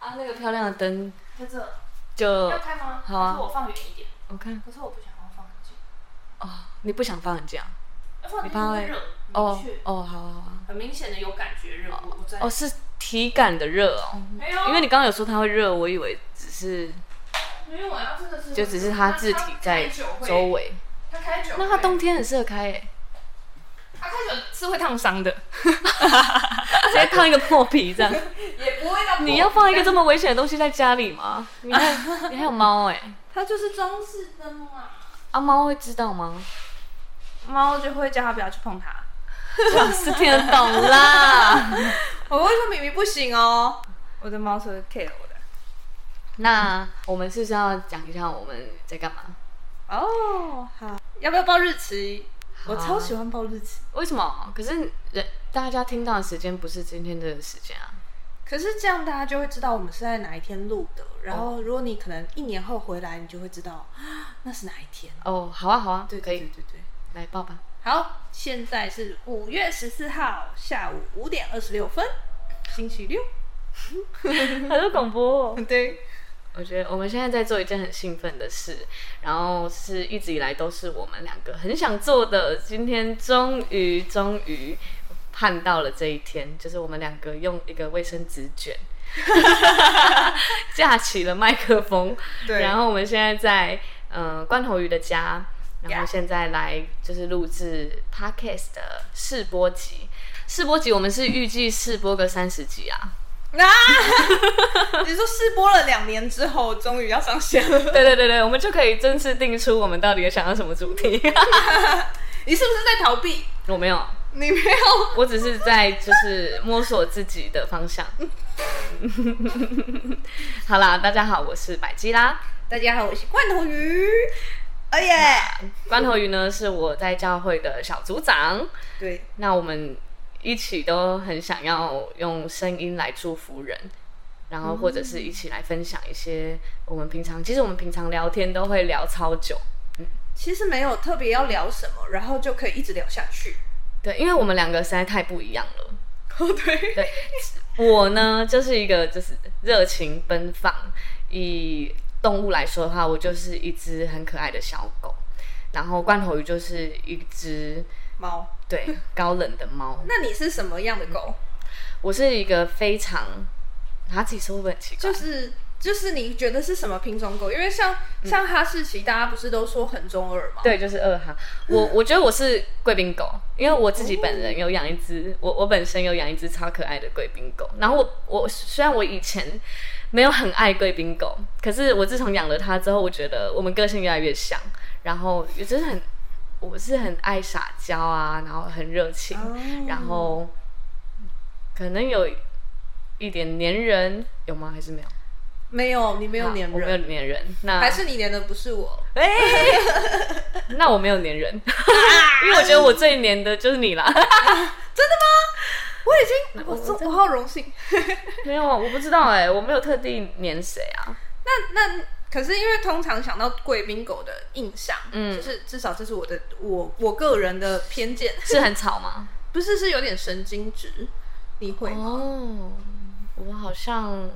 啊，那个漂亮的灯在这就要开吗？好啊可是我放远一点，我看可是我不想要放很近，哦，你不想放很近啊？要放很你近怕会会热，哦明确哦，好好好，很明显的有感觉热，我我在哦是体感的热哦，没有，啊因为你刚刚有说它会热，我以为只是没有，我要真的是就只是它字体在周，围。它开久会那它冬天很适合开诶，它开久是会烫伤的， 直接烫一个破皮 这样。也不会到你要放一个这么危险的东西在家里吗？你 看，你还有猫诶，它就是装饰灯啊，啊猫会知道 吗？猫就会叫它不要去碰它。是听得懂啦。我会说明明不行哦，我的猫是 care 我的那我们是不是要讲一下我们在干嘛？哦。好，要不要报日期？我超喜欢报日期，为什么？可是人大家听到的时间不是今天的时间啊。可是这样大家就会知道我们是在哪一天录的。然后如果你可能一年后回来，你就会知道 啊那是哪一天。哦，好啊，好啊，对，可对以对对对。来报吧。好，现在是五月十四号下午五点二十六分，星期六。很多广 播、 哦对，我觉得我们现在在做一件很兴奋的事，然后是一直以来都是我们两个很想做的，今天终于终于盼到了这一天，就是我们两个用一个卫生纸卷 架起了麦克风，对然后我们现在在嗯、呃罐头鱼的家，然后 Yeah 现在来就是录制 podcast 的试播集。试播集，我们是预计试播个三十集啊。 你说试播了两年之后，终于要上线了。 对对对对，我们就可以正式定出我们到底想要什么主题。 你是不是在逃避？我没有，你没有，我只是在就是摸索自己的方向。 好啦，大家好，我是百基啦。大家好，我是罐头鱼。哎耶！关头鱼呢是我在教会的小组长， 对，那我们一起都很想要用声音来祝福人。然后或者是一起来分享一些我们平常，其实我们平常聊天都会聊超久，其实没有特别要聊什么，然后就可以一直聊下去。对，因为我们两个实在太不一样了。哦，对，对，我呢就是一个就是热情奔放。以动物来说的话，我就是一只很可爱的小狗，然后罐头鱼就是一只猫。对高冷的猫。那你是什么样的狗？我是一个非常，他自己说会不会很奇怪？就是就是你觉得是什么品种狗？因为像像哈士奇，大家不是都说很中二吗？对，就是二哈。我我觉得我是贵宾狗，因为我自己本人有养一只，我我本身有养一只超可爱的贵宾狗。然后我我虽然我以前没有很爱贵宾狗，可是我自从养了它之后，我觉得我们个性越来越像，然后也就是很，我是很爱撒娇啊，然后很热情，哦然后可能有一点粘人，有吗？还是没有？没有，你没有粘我没人，有粘人，那还是你粘的不是我？那我没有粘人，哎 因为我觉得我最粘的就是你啦。我已经，我我我好荣幸。没有，啊，我不知道哎、我没有特地粘谁啊。那可是因为通常想到贵宾狗的印象，嗯就是至少这是我的我我个人的偏见，是很吵吗？不是是有点神经质，你会吗？哦，我好像，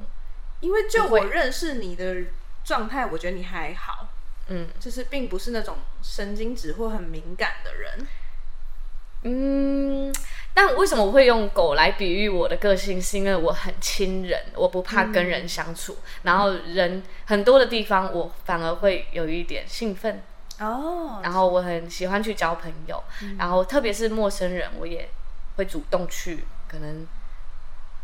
因为就不会我认识你的状态，我觉得你还好，嗯就是并不是那种神经质或很敏感的人。嗯。但为什么我会用狗来比喻我的个性？是因为我很亲人，我不怕跟人相处，然后人很多的地方，我反而会有一点兴奋，哦，然后我很喜欢去交朋友，然后特别是陌生人，我也会主动去可能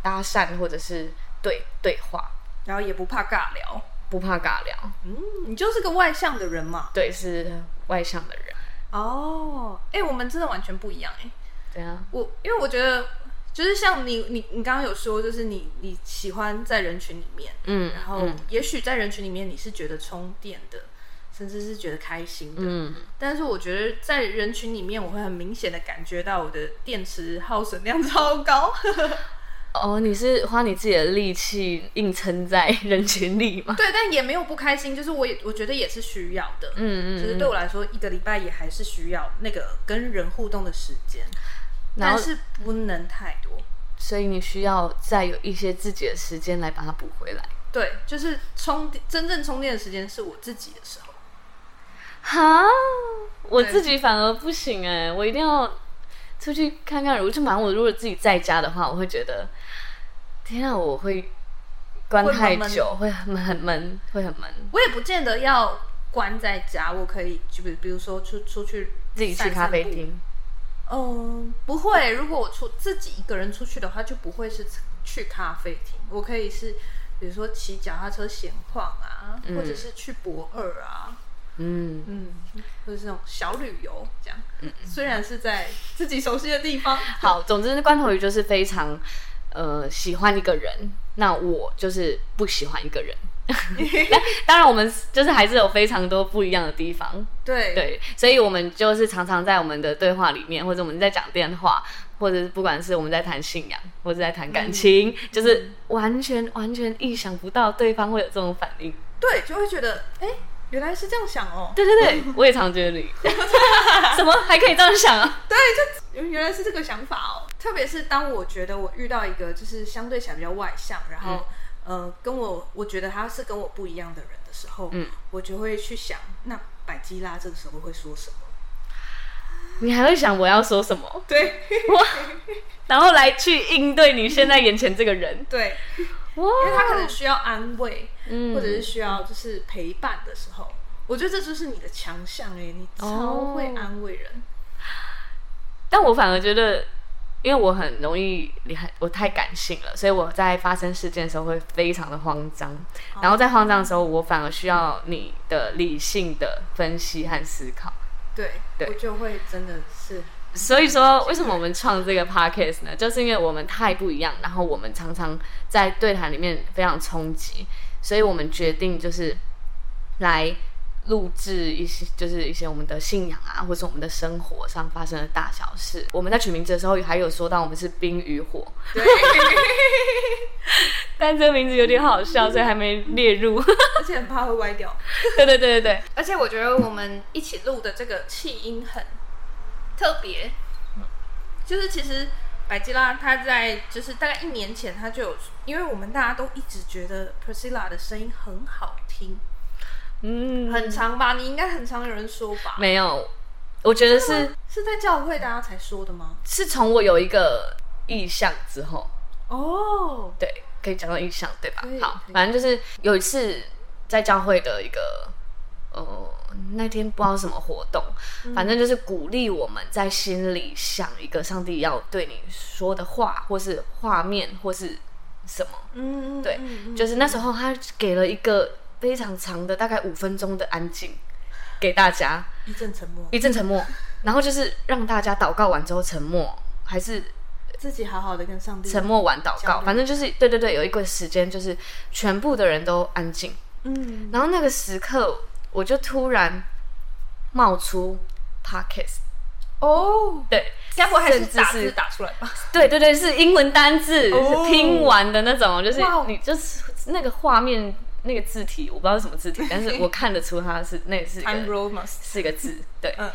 搭讪或者是对对话，然后也不怕尬聊，不怕尬聊，嗯，你就是个外向的人嘛。对，是外向的人，哦，哎、我们真的完全不一样哎、对啊，我因为我觉得就是像你你你刚刚有说，就是你你喜欢在人群里面，嗯，然后也许在人群里面你是觉得充电的，甚至是觉得开心的。嗯，但是我觉得在人群里面，我会很明显的感觉到我的电池耗损量 超高。哦，你是花你自己的力气硬撑在 人群里吗？对，但也没有不开心，就是我也我觉得也是需要的。嗯就嗯，是对我来说，一个礼拜也还是需要那个跟人互动的时间，然但后是不能太多。所以你需要再有一些自己的时间来把它补回来。对，就是充电真正充电的时间是我自己的时候。哈，我自己反而不行哎、我一定要出去看看。我就忙，我如果自己在家的话，我会觉得，天啊，我会关会太闷闷久，会很很闷，会很闷。我也不见得要关在家，我可以就比比如说出出去自己去散咖散啡步。厅，嗯，不会。如果我出自己一个人出去的话，就不会是去咖啡厅，我可以是比如说骑脚踏车闲晃啊，嗯或者是去博二啊， 嗯，嗯，或者是那种小旅游这样。虽然是在自己熟悉的地方，好，总之罐头鱼就是非常呃喜欢一个人，那我就是不喜欢一个人。 那当然，我们就是还是有非常多不一样的地方，对对，所以我们就是常常在我们的对话里面，或者我们在讲电话，或者是不管是我们在谈信仰，或者在谈感情，就是完全完全意想不到对方会有这种反应。对，就会觉得哎、原来是这样想哦，对对对，我也常觉得 你什么还可以这样想啊？原原来是这个想法哦。特别是当我觉得我遇到一个就是相对起来比较外向，然后、呃跟我我觉得他是跟我不一样的人的时候，嗯，我就会去想，那百基拉这个时候会说什么？你还会想我要说什么？对哇，然后来去应对你现在眼前这个人，对，哇，因为他可能需要安慰，嗯或者是需要就是陪伴的时候。我觉得这就是你的强项哎，你超会安慰人。但我反而觉得，因为我很容易，你很我太感性了，所以我在发生事件的时候会非常的慌张，然后在慌张的时候，我反而需要你的理性的分析和思考。对，对我就会真的 是所以说，为什么我们创这个 podcast 呢？就是因为我们太不一样，然后我们常常在对谈里面非常冲击，所以我们决定就是来录制一些，就是一些我们的信仰啊，或者我们的生活上发生的大小事。我们在取名字的时候还有说到我们是冰与火，对，但这个名字有点好嗯笑，所以还没列入。 而且很怕会歪掉。对对对对对，而且我觉得我们一起录的这个气音很特别，就是其实百吉拉她在就是大概一年前她就有，因为我们大家都一直觉得 Priscilla 的声音很好听，嗯，很长吧？你应该很常有人说吧？没有，我觉得是是在教会大家才说的吗？是从我有一个意向之后。哦，对，可以讲到印象对吧可以？好可，以反正就是有一次在教会的一个，呃，那天不知道什么活动，嗯反正就是鼓励我们在心里想一个上帝要对你说的话，或是画面，或是什么。嗯，对嗯，嗯就是那时候他给了一个非常长的，大概五分钟的安静给大家，一阵沉默，一阵沉默，然后就是让大家祷告完之后沉默，还是自己好好的跟上帝沉，默完祷讲告，的反正就是对对对，有一个时间就是全部的人都安静，嗯，然后那个时刻我就突然冒出 pockets，哦，对该不会还是甚至打是字打出来吧？对对对，是英文单字，哦是拼完的那种，就是哇哦你就是那个画面那个字体，我不知道是什么字体，但是我看得出它是那 是一 Time 个 roll must 四个字，对，嗯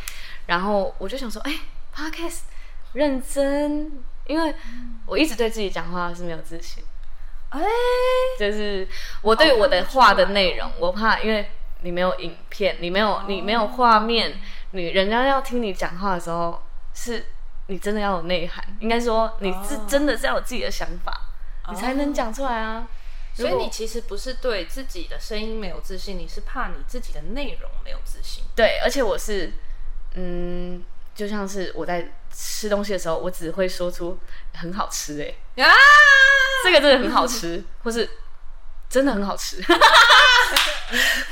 然后我就想说，哎、p o d c a s t 认真，因为我一直对自己讲话是没有自信。哎，就是我哦对我的画的内容，我怕因为你没有影片，你没有你没有画面，你人家要听你讲话的时候，是你真的要有内涵，应该说你是哦真的是要有自己的想法，你才能讲出来啊。所以如果你其实不是对自己的声音没有自信，你是怕你自己的内容没有自信。对，而且我是嗯，就像是我在吃东西的时候，我只会说出很好吃哎、啊！这个真的很好吃，或是真的很好吃，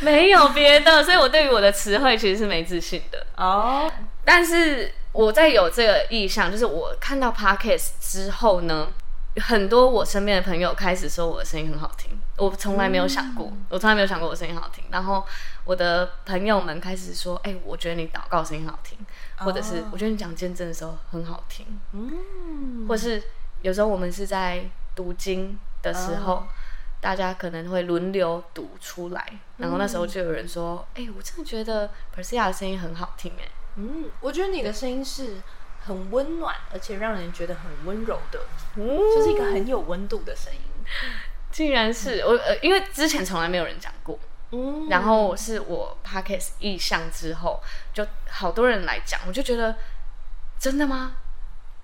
没有别的，所以我对于我的词汇其实是没自信的。哦，但是我在有这个意向，就是我看到 podcast 之后呢，很多我身边的朋友开始说我的声音很好听，我从来没有想过，我从来没有想过我声音好听。然后我的朋友们开始说，哎、我觉得你祷告声音好听，或者是哦我觉得你讲见证的时候很好听，嗯，或是有时候我们是在读经的时候，哦大家可能会轮流读出来，然后那时嗯候就有人说：“哎、我真的觉得 Persia 的声音很好听。”哎，嗯，我觉得你的声音是很温暖，而且让人觉得很温柔的，嗯，就是一个很有温度的声音。竟然是我呃，因为之前从来没有人讲过，嗯然后是我 podcast 意向之后，就好多人来讲，我就觉得真的吗？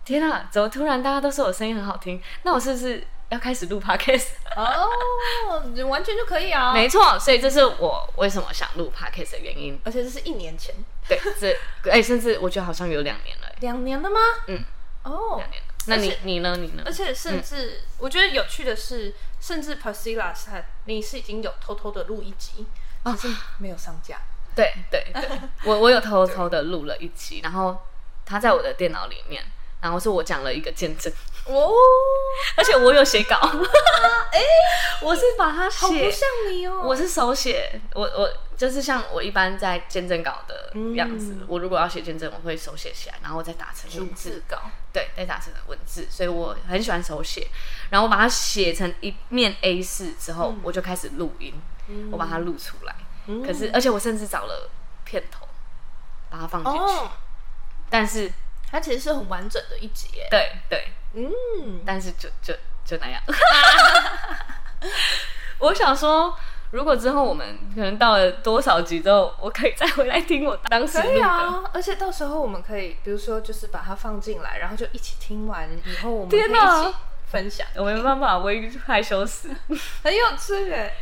天啊，怎么突然大家都说我声音很好听？那我是不是要开始录 podcast？、哦，你完全就可以啊，没，错，所以这是我为什么想录 podcast 的原因。而且这是一年前，对，这哎、甚至我觉得好像有两年了、哎两年了吗？嗯，哦两，年了。那而你且你呢？你呢而？且甚至、我觉得有趣的是，甚至 Priscilla 是还你是已经有偷偷的录一集，只是没有上架。对对 对，我我有偷偷的录了一集，然后它在我的电脑里面，然后是我讲了一个见证，哦，而且我有写 稿，哎、我是把它好不写，像你哦！我是手写，我我就是像我一般在见证稿的样子，嗯我如果要写见证，我会手写起来，然后再打成逐文字字，稿，对，再打成文字，所以我很喜欢手写，然后我把它写成一面 A 四之后，我就开始录音，我把它录出来，嗯可是而且我甚至找了片头，把它放进去，哦，但是它其实是很完整的一集耶。对对，嗯，但是就就就 那样。我想说，如果之后我们可能到了多少集之后，我可以再回来听我当时可录以的。啊，而且到时候我们可以，比如说就是把它放进来，然后就一起听完以后，我们可以天哪一起分享，我没办法，我一定害羞死。很有趣耶。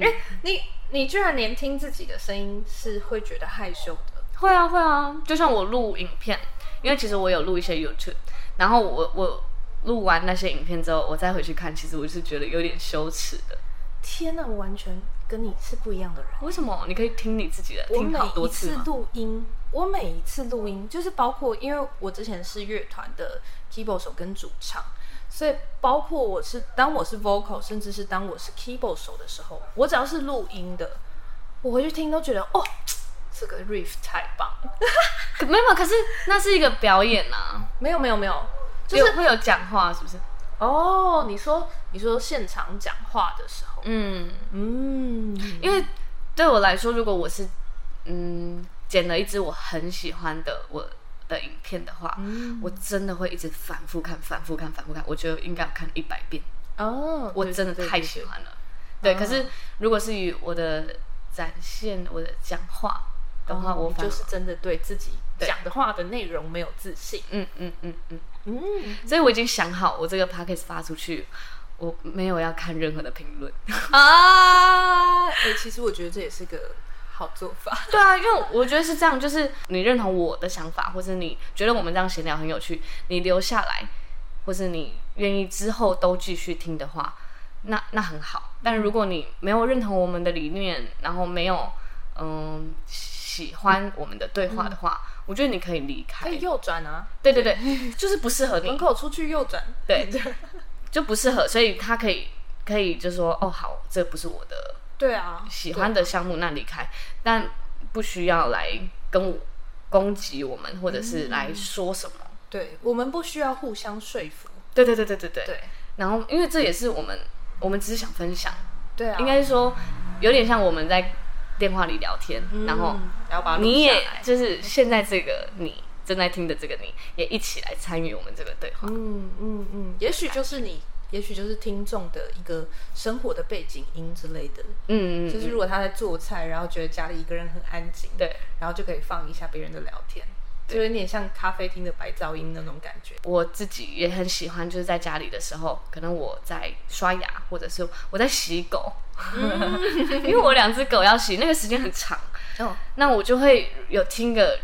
哎、你你居然连听自己的声音是会觉得害羞的， 会啊会啊，就像我录影片，因为其实我有录一些 YouTube，然后我我录完那些影片之后，我再回去看，其实我是觉得有点羞耻的。天哪，我完全跟你是不一样的人。为什么？你可以听你自己的，我听每好多一次次吗？录音，我每一次录音，就是包括因为我之前是乐团的 keyboard 手跟主唱，所以包括我是当我是 vocal，甚至是当我是 keyboard 手的时候，我只要是录音的，我回去听都觉得哦，这个 riff 太棒了。可没有，可是那是一个表演啊，没有没有没有，就就是是会有讲话，是不是？哦，你说你说现场讲话的时候，嗯，嗯，因为对我来说，如果我是嗯剪了一支我很喜欢的我的影片的话，嗯我真的会一直反复看、反复看、反复看，我觉得应该要看一百遍，哦，我对真对的对太对嗯喜欢了。对对，对可是如果是以我的展现、我的讲话的话，哦我你反而就是真的对自己对讲的话的内容没有自信。嗯嗯嗯嗯，嗯，所以我已经想好，我这个 p a c k a g e 发出去，我没有要看任何的评论。 啊， 哎、其实我觉得这也是个好做法。 对啊，因为我觉得是这样，就是你认同我的想法，或是你觉得我们这样闲聊很有趣，你留下来，或是你愿意之后都继续听的话，那那很好。但如果你没有认同我们的理念，然后没有嗯喜欢我们的对话的话，我觉得你可以离开可。以右转啊，对对对，就是不适合门你，口出去右转。对，就不适合，所以他可以可以就说哦好，这不是我的对啊，喜欢的项目那离开，但不需要来跟我攻击我们，或者是来说什么。对，对我们不需要互相说服。对对对对对对。嗯对，然后，因为这也是我们，我们只是想分享，对啊，应该是说有点像我们在电话里聊天，嗯然后要把它录你下也来就是现在这个你正在听的这个你也一起来参与我们这个对话。嗯嗯嗯，也许就是你，也许就是听众的一个生活的背景音之类的。嗯，嗯就是嗯如果他在做菜，然后觉得家里一个人很安静，对。然后就可以放一下别人的聊天，就有点像咖啡厅的白噪音那种感觉。我自己也很喜欢，就是在家里的时候，可能我在刷牙，或者是我在洗狗，嗯 因为我两只狗要洗，那个时间很长，哦，那我就会有听个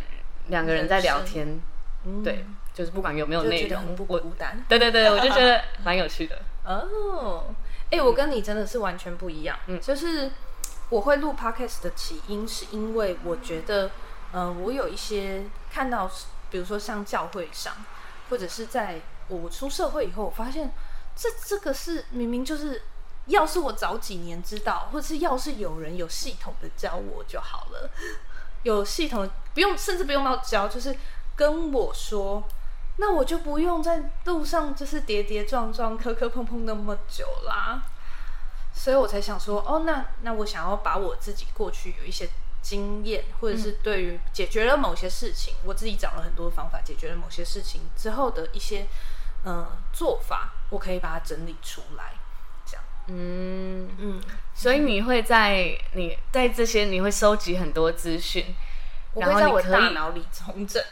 两个人在聊天，嗯对，，就是不管有没有就内觉得很容不，我孤单。对对 对，我就觉得蛮有趣的。哦，哎、我跟你真的是完全不一样。嗯，就是我会录 podcast 的起因，是因为我觉得，嗯、我有一些看到，比如说像教会上，或者是在我出社会以后，我发现这这个是明明就是。要是我早几年知道，或是要是有人有系统的教我就好了，有系统的不用，甚至不用到教，就是跟我说，那我就不用在路上就是跌跌撞撞、磕磕碰碰那么久啦。所以我才想说，哦，那那我想要把我自己过去有一些经验，或者是对于解决了某些事情，我自己找了很多方法解决了某些事情之后的一些嗯、呃做法，我可以把它整理出来，这样。嗯，嗯，所以你会在你在这些你会收集很多资讯，我然会后在你我可大以脑里 重整，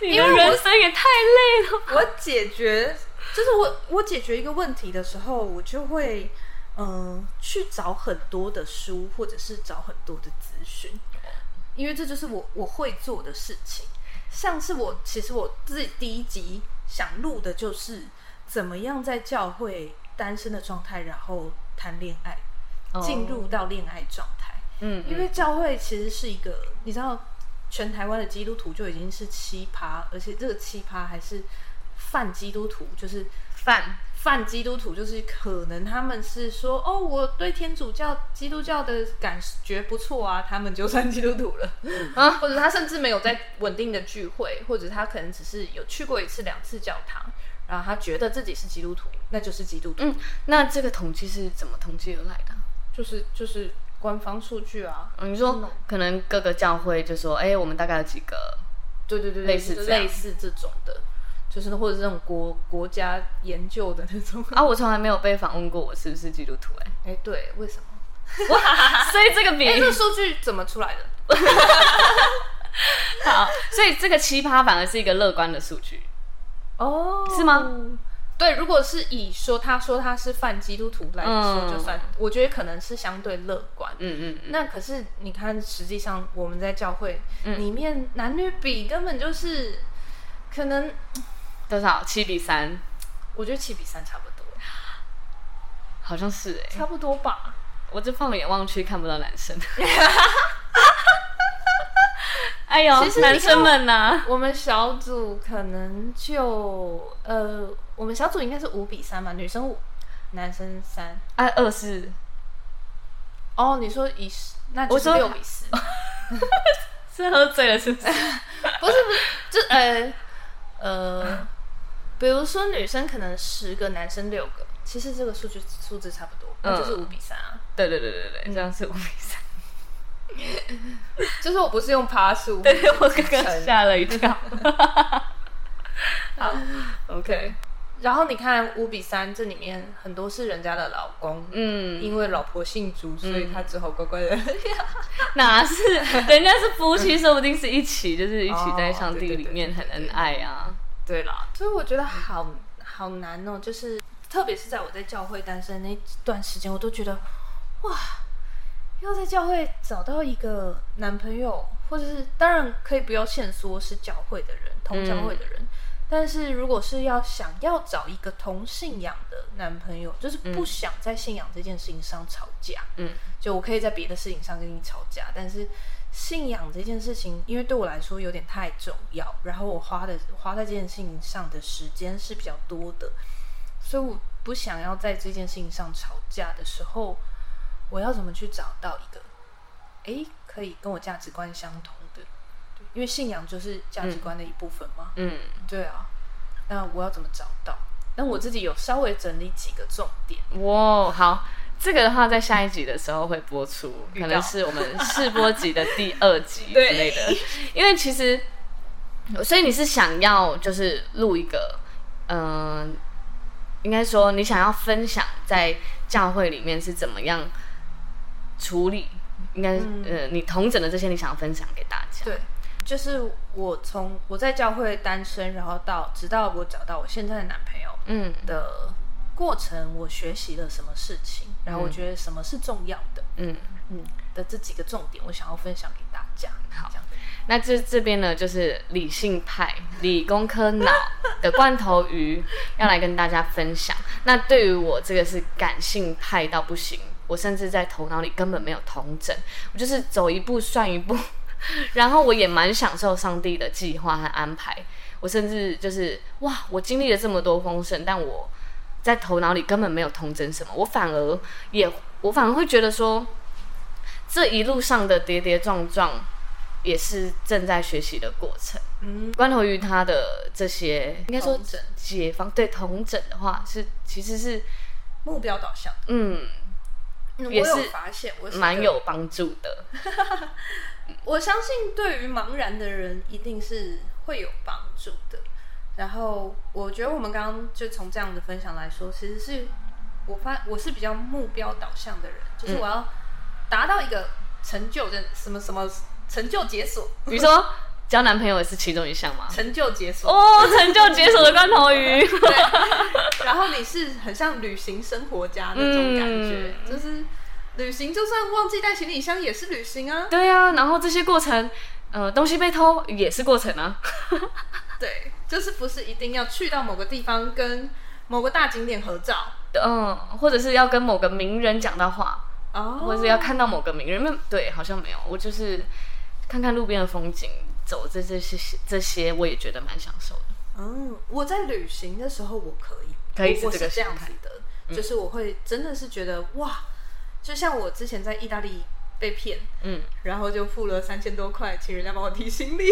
你因的为我人生也太累了。我解决，就是我我解决一个问题的时候，我就会嗯、呃去找很多的书，或者是找很多的资讯，因为这就是我我会做的事情。像是我其实我自己第一集想录的就是怎么样在教会单身的状态，然后谈恋爱，哦进入到恋爱状态。嗯，因为教会其实是一个，你知道，全台湾的基督徒就已经是奇葩，而且这个奇葩还是泛基督徒，就是饭泛基督徒，就是可能他们是说，哦，我对天主教、基督教的感觉不错啊，他们就算基督徒了，啊 或者他甚至没有在稳定的聚会，或者他可能只是有去过一次、两次教堂，然后他觉得自己是基督徒，那就是基督徒，嗯，那这个统计是怎么统计而来的啊？就是就是官方数据啊，嗯你说可能各个教会就说，哎、我们大概有几个？对对对，类似就是这样类似这种的，就是或者这种国国家研究的那种。啊，我从来没有被访问过我是不是基督徒、 哎， 哎、对，为什么？所以这个比哎、这个数据怎么出来的？好，所以这个奇葩反而是一个乐观的数据。哦，是吗？对，如果是以说他说他是泛基督徒来说，嗯就算我觉得可能是相对乐观。嗯嗯那可是你看，实际上我们在教会里面男女比根本就是，可能嗯，多少？七比三，我觉得七比三差不多，好像是哎、差不多吧。我这放眼望去看不到男 生。哎呦其实，你看男生们呐、我们小组可能就呃，我们小组应该是五比三吧，女生五，男生三。啊，二是哦，你说以十，那就是我说六比 四，是喝醉了是不是？不是不是，就呃呃，比如说女生可能十个，男生六个，其实这个数据数字差不多，那就是五比三啊。 对对对对对，这样是五比三。 就是我不是用爬数，对我刚刚吓了一跳。好 OK，然后你看五比三，这里面很多是人家的老公。嗯，因为老婆信主，所以他只好乖乖的 哪是人家是夫妻，说不定是一起，就是一起在哦上帝对对里对面对很对恩爱哦啊。对啦，所以我觉得好好难哦，就是特别是在我在教会单身那段时间，我都觉得哇，要在教会找到一个男朋友，或者是当然可以不要限缩是教会的人，同教会的人。但是如果是要想要找一个同信仰的男朋友，就是不想在信仰这件事情上吵架，嗯，就我可以在别的事情上跟你吵架，但是信仰这件事情，因为对我来说有点太重要，然后我花的花在这件事情上的时间是比较多的，所以我不想要在这件事情上吵架的时候，我要怎么去找到一个，诶，可以跟我价值观相同的？对因为信仰就是价值观的一部分嘛。嗯，对啊，那我要怎么找到？那我自己有稍微整理几个重点。嗯哇，好，这个的话在下一集的时候会播出，预可告能是我们试播集的第二集之类的。因为其实，所以你是想要就是录一个，嗯、应该说你想要分享在教会里面是怎么样处理，应该、嗯呃你同整的这些你想要分享给大家。对，就是我从我在教会单身，然后到直到我找到我现在的男朋友嗯的过程，我学习了什么事情，然后我觉得什么是重要的，嗯。嗯的这几个重点，我想要分享给大家。好，这样那这这边呢，就是理性派、理工科脑的罐头鱼要来跟大家分享。那对于我这个是感性派到不行，我甚至在头脑里根本没有同整，我就是走一步算一步。 然后我也蛮享受上帝的计划和安排，我甚至就是哇，我经历了这么多丰盛，但我在头脑里根本没有同整什么，我反而也我反而会觉得说，这一路上的跌跌撞撞，也是正在学习的过程。嗯，关头于他的这些，应该说同整解放对同整的话是其实是目标导向，嗯嗯也我是有发现，我是蛮个有帮助的。 我相信对于茫然的人一定是会有帮助的。然后我觉得我们刚刚就从这样的分享来说，其实是我发我是比较目标导向的人，就是嗯我要达到一个成就的什么什么成就解 锁，比如说交男朋友也是其中一项嘛。成就解锁。哦，成就解锁的罐头鱼，对，然后你是很像旅行生活家那种感觉，嗯就是旅行就算忘记带行李箱也是旅行啊。 对啊，然后这些过程，呃，东西被偷也是过程啊。对，就是不是一定要去到某个地方跟某个大景点合照嗯，或者是要跟某个名人讲到话，哦或者是要看到某个名人，没有对，好像没有。我就是看看路边的风景，走这这些这些，我也觉得蛮享受的。嗯，我在旅行的时候我可以，可以我是我这是个这样心子态嗯的，就是我会真的是觉得哇，就像我之前在意大利被骗，嗯，然后就付了三千多块，请人家帮我提行李，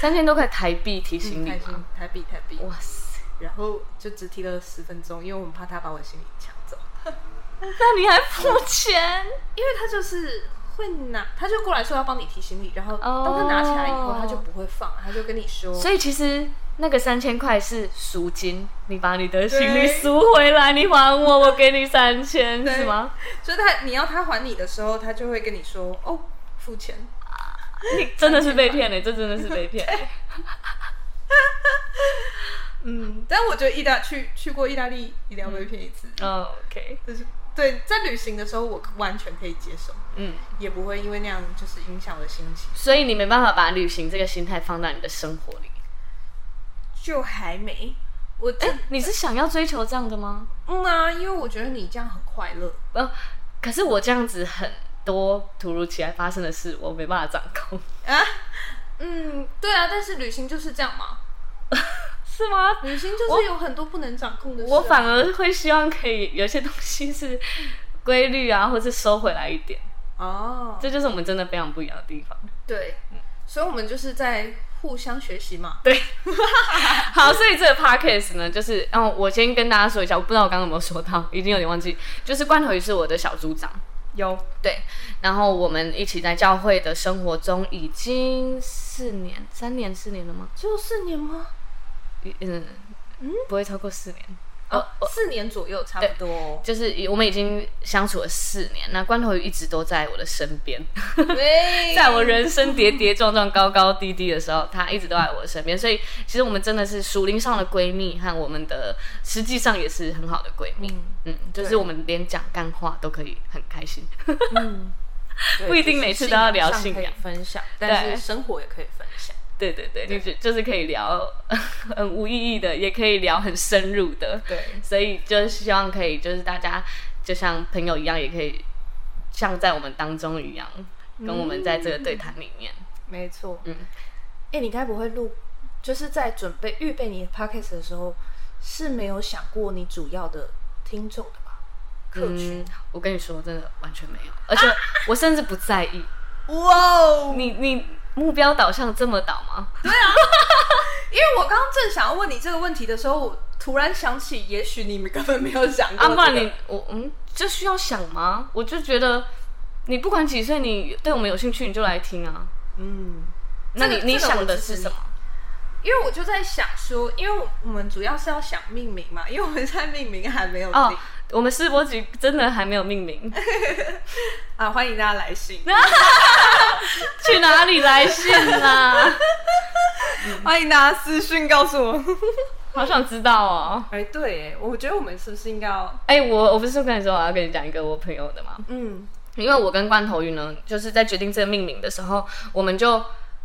三千多块台币提行李台吗？台币台币，哇塞，然后就只提了十分钟，因为我们怕他把我行李抢走，那你还付钱？因为他就是。会拿，他就过来说要帮你提行李，然后当他拿起来以后，哦他就不会放，他就跟你说，所以其实那个三千块是赎金，你把你的行李对赎回来，你还我，我给你三千，对是吗？所以他你要他还你的时候，他就会跟你说哦，付钱。你真的是被骗了，这真的是被骗。欸 嗯，但我觉得意大去去过意大利一定要被骗一次，嗯 OK，就是对在旅行的时候我完全可以接受，嗯，也不会因为那样就是影响我的心情。所以你没办法把旅行这个心态放到你的生活里。就还没，我这、你是想要追求这样的吗？哎嗯啊，因为我觉得你这样很快乐。呃，可是我这样子很多突如其来发生的事，我没办法掌控，啊嗯，对啊，但是旅行就是这样嘛，是吗？旅行就是啊有很多不能掌控的事啊、我反而会希望可以有一些东西是规律啊，或是收回来一点。哦，这就是我们真的非常不一样的地方。对，所以我们就是在互相学习嘛。对， 好，所以这个 podcast 呢，就是，嗯，我先跟大家说一下，我不知道我刚刚有没有说到，已经有点忘记，就是罐头鱼是我的小组长，有对，然后我们一起在教会的生活中已经四年、三年、四年了吗？只有四年吗？嗯嗯不会超过四年。哦，四年左右差不多哦。就是我们已经相处了四年，那关头鱼一直都在我的身边，对 在我人生跌跌撞撞、高高低低的时候，她一直都在我的身边。所以其实我们真的是属灵上的闺蜜，和我们的实际上也是很好的闺蜜。嗯嗯，就是对我们连讲干话都可以很开心。嗯， 不一定每次都要聊信仰分享，对但是生活也可以分享。对对对，就是就是可以聊 很无意义的，也可以聊很深入的。对，所以就是希望可以，就是大家就像朋友一样，也可以像在我们当中一样，跟我们在这个对谈里面。没错。嗯嗯，哎、你该不会录，就是在准备预备你的 podcast 的时候，是没有想过你主要的听众的吧？客群嗯？，我跟你说，真的完全没有，而且我甚至不在意。嗯哇哦！你你目标导向这么导吗？因为我刚刚正想要问你这个问题的时候，我突然想起，也许你们根本没有想过、阿这个。曼，你我嗯，这需要想吗？我就觉得你不管几岁，你对我们有兴趣，你就来听啊。嗯，那这你个你这个想我的支持是什你么？因为我就在想说，因为我我们主要是要想命名嘛，因为我们现在命名还没有定、哦，我们世博局真的还没有命名，啊，欢迎大家来信，去哪里来信 啦？欢迎大家私讯告诉我。好想知道哦。哎，对，我觉得我们是不是应该要，哎、我我不是跟你说我要跟你讲一个我朋友的吗？嗯，因为我跟罐头鱼呢，就是在决定这个命名的时候，我们就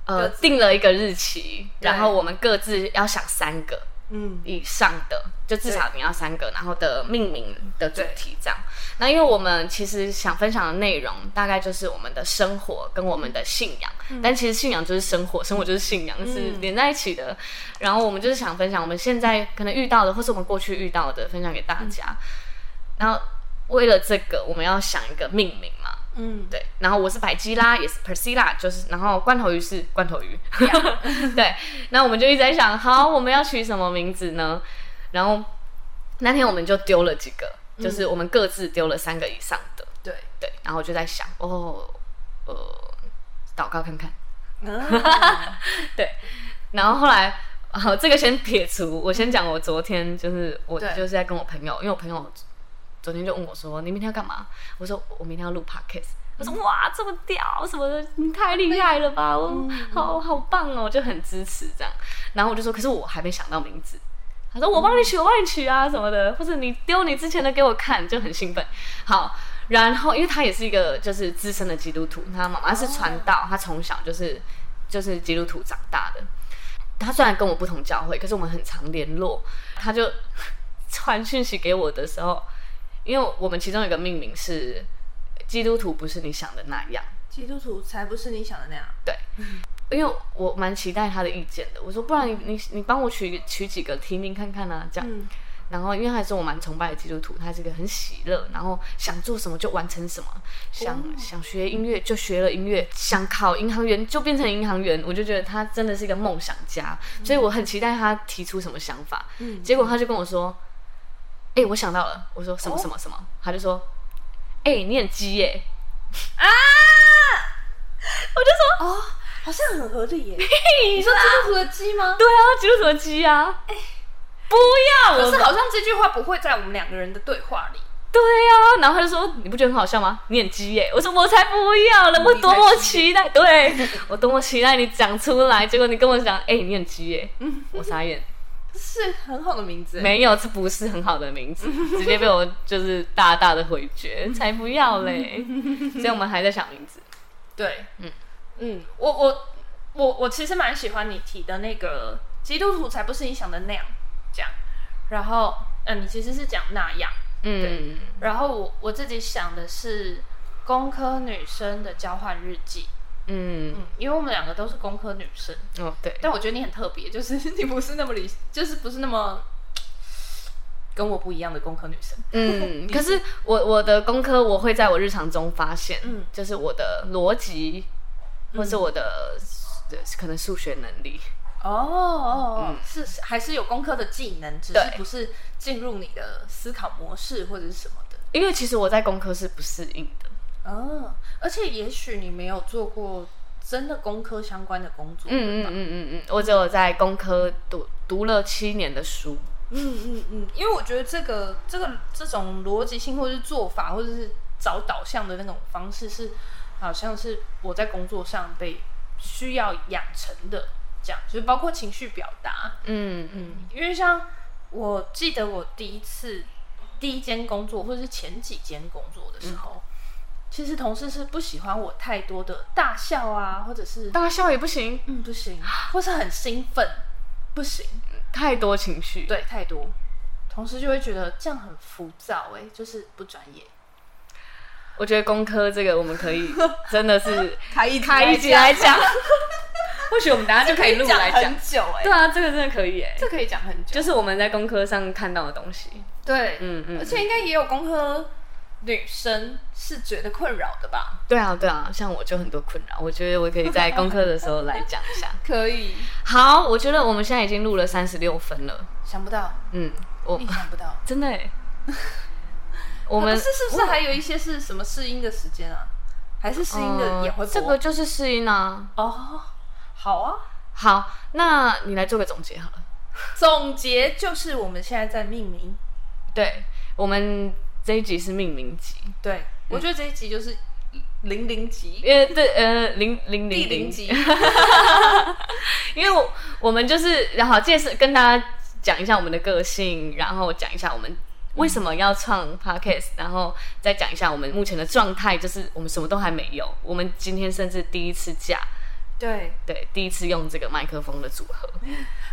呃各自定了一个日期，对然后我们各自要想三个嗯，以上的，就至少你要三个，然后的命名的主题这样。那因为我们其实想分享的内容大概就是我们的生活跟我们的信仰，但其实信仰就是生活，生活就是信仰，是连在一起的。然后我们就是想分享我们现在可能遇到的，或是我们过去遇到的，分享给大家。然后为了这个，我们要想一个命名嘛。嗯，对，然后我是百基拉，也是 Persila，就是然后罐头鱼是罐头鱼， 对，那我们就一直在想，好，我们要取什么名字呢？然后那天我们就丢了几个，就是我们各自丢了三个以上的，对，对，然后我就在想，哦，呃，祷告看看， 嗯，然后后来。呃好，这个先撇除。我先讲，我昨天就是我对就是在跟我朋友，因为我朋友昨天就问我说：“你明天要干嘛？”我说：“我明天要录 podcast。”他说：“哇，这么屌什么的，你太厉害了吧！我好好棒哦，就很支持这样。”然后我就说：“可是我还没想到名字。”他说：“我帮你取，我帮你取啊什么的，或者你丢你之前的给我看，就很兴奋。”好，然后因为他也是一个就是资深的基督徒，他妈妈是传道，他从小就是就是基督徒长大的。他虽然跟我不同教会，可是我们很常联络。他就 传讯息给我的时候，因为我们其中有一个命名是基督徒不是你想的那样，基督徒才不是你想的那样。因为我蛮期待他的意见的。我说，不然你你你帮我取取几个提名看看啊，这样。嗯，然后因为他也是我蛮崇拜的基督徒，他是一个很喜乐，然后想做什么就完成什么，想、想学音乐就学了音乐，想考银行员就变成银行员，我就觉得他真的是一个梦想家，所以我很期待他提出什么想法。嗯结果他就跟我说：“哎、我想到了。”我说：“什么哦什么什么？”他就说：“哎、你很鸡耶、哦，好像很合理 耶。你说基督徒的鸡吗？对啊，基督徒的鸡啊！不要可我是好像这句话不会在我们两个人的对话里。对呀、然后他就说：“你不觉得很好笑吗？你很鸡耶！”我说：“我才不要了，你我多么才期待， 对我多么期待你讲出来，结果你跟我讲，哎、你很鸡耶！”我傻眼，这是很好的名字耶，没有，这不是很好的名 字，直接被我就是大大的回绝，才不要 嘞！所以我们还在想名字，对，嗯嗯嗯，我我我我其实蛮喜欢你提的那个基督徒才不是你想的那样这样，然后嗯、呃你其实是讲那样，嗯，然后我我自己想的是工科女生的交换日记，嗯，嗯，因为我们两个都是工科女生，哦，对，但我觉得你很特别，就是 你不是那么理，就是不是那么跟我不一样的工科女生， 嗯，可是我我的功课我会在我日常中发现，嗯就是我的逻辑，或是我的、对可能数学能力，哦哦，嗯哦，是是还是有工科的技能，只对是不是进入你的思考模式或者是什么的。因为其实我在工科是不适应的，哦，而且也许你没有做过真的工科相关的工作。嗯嗯嗯嗯嗯，我只有在工科读读了七年的书，嗯嗯嗯，因为我觉得这个这个这种逻辑性或者是做法或者是找导向的那种方式是，好像是我在工作上被需要养成的，这样就是包括情绪表达，嗯嗯因为像我记得我第一次第一间工作，或者是前几间工作的时候，其实同事是不喜欢我太多的大笑啊，或者是大笑也不行，嗯不行，或是很兴奋，不行，太多情绪，，对，太多。同事就会觉得这样很浮躁、欸，哎，就是不专业。我觉得工科这个我们可 以真的是开一开一集来讲，或许我们等下就可以录来讲，久、哎对啊，这个真的可以哎、这可以讲很久。就是我们在工科上看到的东西，对，嗯嗯，而且应该也有工科女生是觉得困扰的吧？对啊，对啊，像我就很多困扰，我觉得我可以在功课的时候来讲一下。 可以，好，我觉得我们现在已经录了三十六分了，想不到，嗯，我你想不到。真的 耶，我们可是是不是还有一些是什么试音的时间啊？还是试音的也会播、呃这个就是试音啊。哦，好啊。好，那你来做个总结好了。总结就是我们现在在命名，对我们这一集是命名集，对、嗯我觉得这一集就是零零集，因为对呃零零第零零零，集，因为我我们就是然后介绍跟大家讲一下我们的个性，然后讲一下我们。为什么要创 podcast？然后再讲一下我们目前的状态，就是我们什么都还没有。我们今天甚至第一次架，对对，第一次用这个麦克风的组合。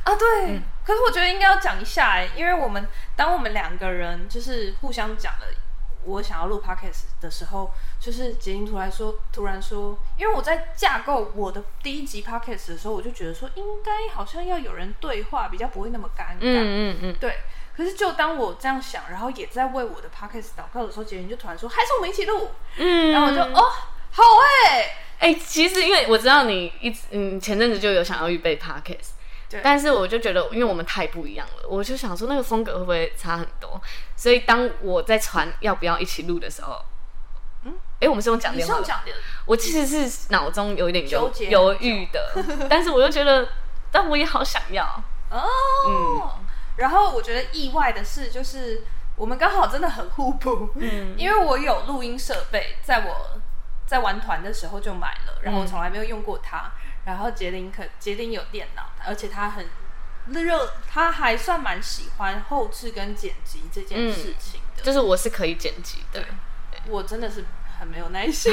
啊对、嗯可是我觉得应该要讲一下哎、因为我们当我们两个人就是互相讲了。我想要录 podcast 的时候，就是杰英突然说，突然说，因为我在架构我的第一集 podcast 的时候，我就觉得说，应该好像要有人对话，比较不会那么尴尬。嗯嗯嗯，对，可是就当我这样想，然后也在为我的 podcast 祷告的时候，杰云就突然说：“还是我们一起录。嗯，然后我就哦，好哎、哎、其实因为我知道你一直，嗯，前阵子就有想要预备 podcast，对但是我就觉得，因为我们太不一样了，我就想说那个风格会不会差很多？所以当我在传要不要一起录的时候，嗯嗯，哎、我们是用讲电话的，讲的，我其实是脑中有一点犹纠结很久犹豫 的，但是我又觉得，但我也好想要，哦。然后我觉得意外的是，就是我们刚好真的很互补，嗯因为我有录音设备，在我在玩团的时候就买了，然后我从来没有用过它。然后杰林可杰林有电脑，而且他很热，他还算蛮喜欢后置跟剪辑这件事情的。就是我是可以剪辑的，我真的是很没有耐心，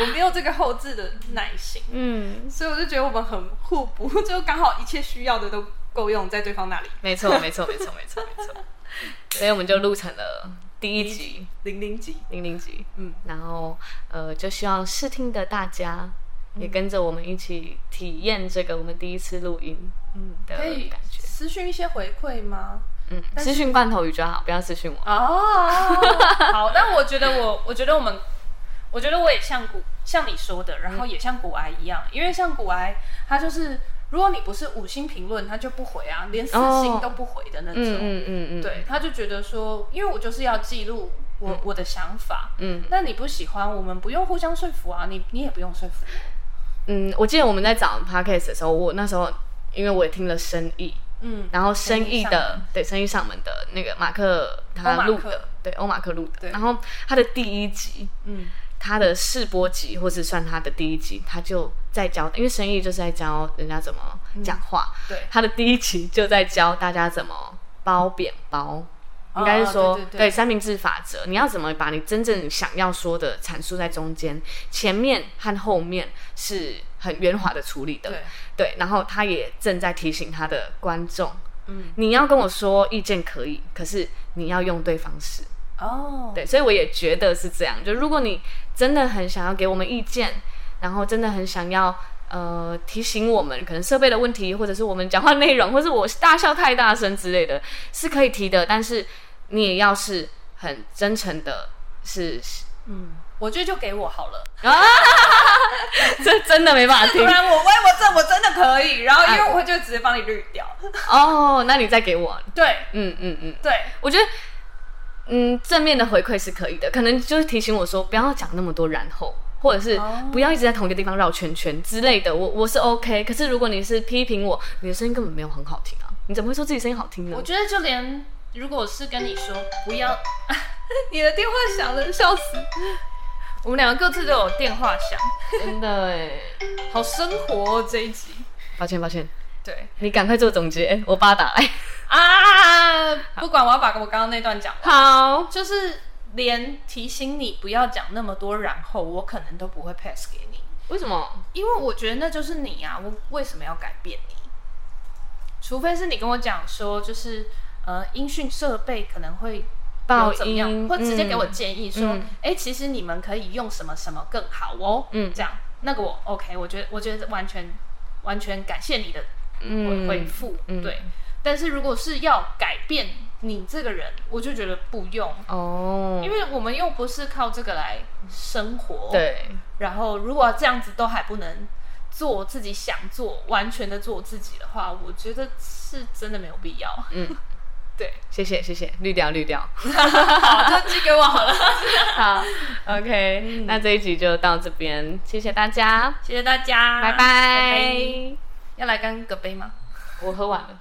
我没有这个后置的耐心，嗯，所以我就觉得我们很互补，就刚好一切需要的都够用在对方那里。没错，没错，没错，没错，没错，所以我们就录成了第一集零零级，零零集，嗯，然后呃，就希望试听的大家嗯也跟着我们一起体验这个我们第一次录音嗯的可以感觉，私讯一些回馈吗？嗯，但是私讯罐头鱼就好，不要私讯我，哦， 好，但我觉得我，我觉得我们，我觉得我也像古像你说嗯的，然后也像古癌一样，因为像古癌，他就是如果你不是五星评论，他就不回啊，连四星哦都不回的那种。嗯嗯嗯嗯，，对，他就觉得说，因为我就是要记录我、我的想法，嗯那你不喜欢，我们不用互相说服啊，你你也不用说服我。嗯，我记得我们在找 podcast 的时候，我那时候因为我也听了生意，嗯，然后生意生意上哦的对生意上门的那个马克欧马他克录的，对欧马克录的，对然后他的第一集，嗯，他的试播集或是算他的第一集，他就在教，因为生意就是在教人家怎么嗯讲话，对，他的第一集就在教大家怎么包扁包。哦应该是说，对对对三明治法则，你要怎么把你真正想要说的阐述在中间，前面和后面是很圆滑的处理的。对，对，然后他也正在提醒他的观众，嗯，你要跟我说意见可以，可是你要用对方式。哦，对，所以我也觉得是这样。就如果你真的很想要给我们意见，然后真的很想要呃提醒我们可能设备的问题，或者是我们讲话内容，或是我大笑太大声之类的，是可以提的。但是你也要是很真诚的，是 嗯，我觉得就给我好了。这真的没办法突听然我喂我这我真的可以，然后因为我就直接帮你滤掉。哦。那你再给我，对嗯嗯嗯，对，我觉得。嗯，正面的回馈是可以的，可能就是提醒我说不要讲那么多然后，或者是哦不要一直在同一个地方绕圈圈之类的。我我是 OK，可是如果你是批评我，你的声音根本没有很好听啊，你怎么会说自己声音好听呢我？ 觉得就连如果是跟你说不要，你的电话响了，笑死！我们两个各自都有电话响，真的哎，好生活哦这一集。抱歉抱歉，对你赶快做总结，我爸打来。啊，不管我要把我刚刚那段讲完，好，就是连提醒你不要讲那么多，然后我可能都不会 pass 给你，为什么？因为我觉得那就是你啊，我为什么要改变你？除非是你跟我讲说，就是呃音讯设备可能会爆有怎么音样，或直接给我嗯建议说，哎、嗯其实你们可以用什么什么更好哦，嗯这样那个我 OK，我觉得我觉得完全完全感谢你的回嗯回复，嗯对。但是如果是要改变你这个人，我就觉得不用，哦，因为我们又不是靠这个来生活，。对，然后如果这样子都还不能做自己想做，完全的做自己的话，我觉得是真的没有必要。嗯，对，谢谢谢谢，绿掉绿掉。好，就寄给我好了， 好，OK，、那这一集就到这边，谢谢大家，谢谢大家，拜拜。要来干个杯吗？我喝完了。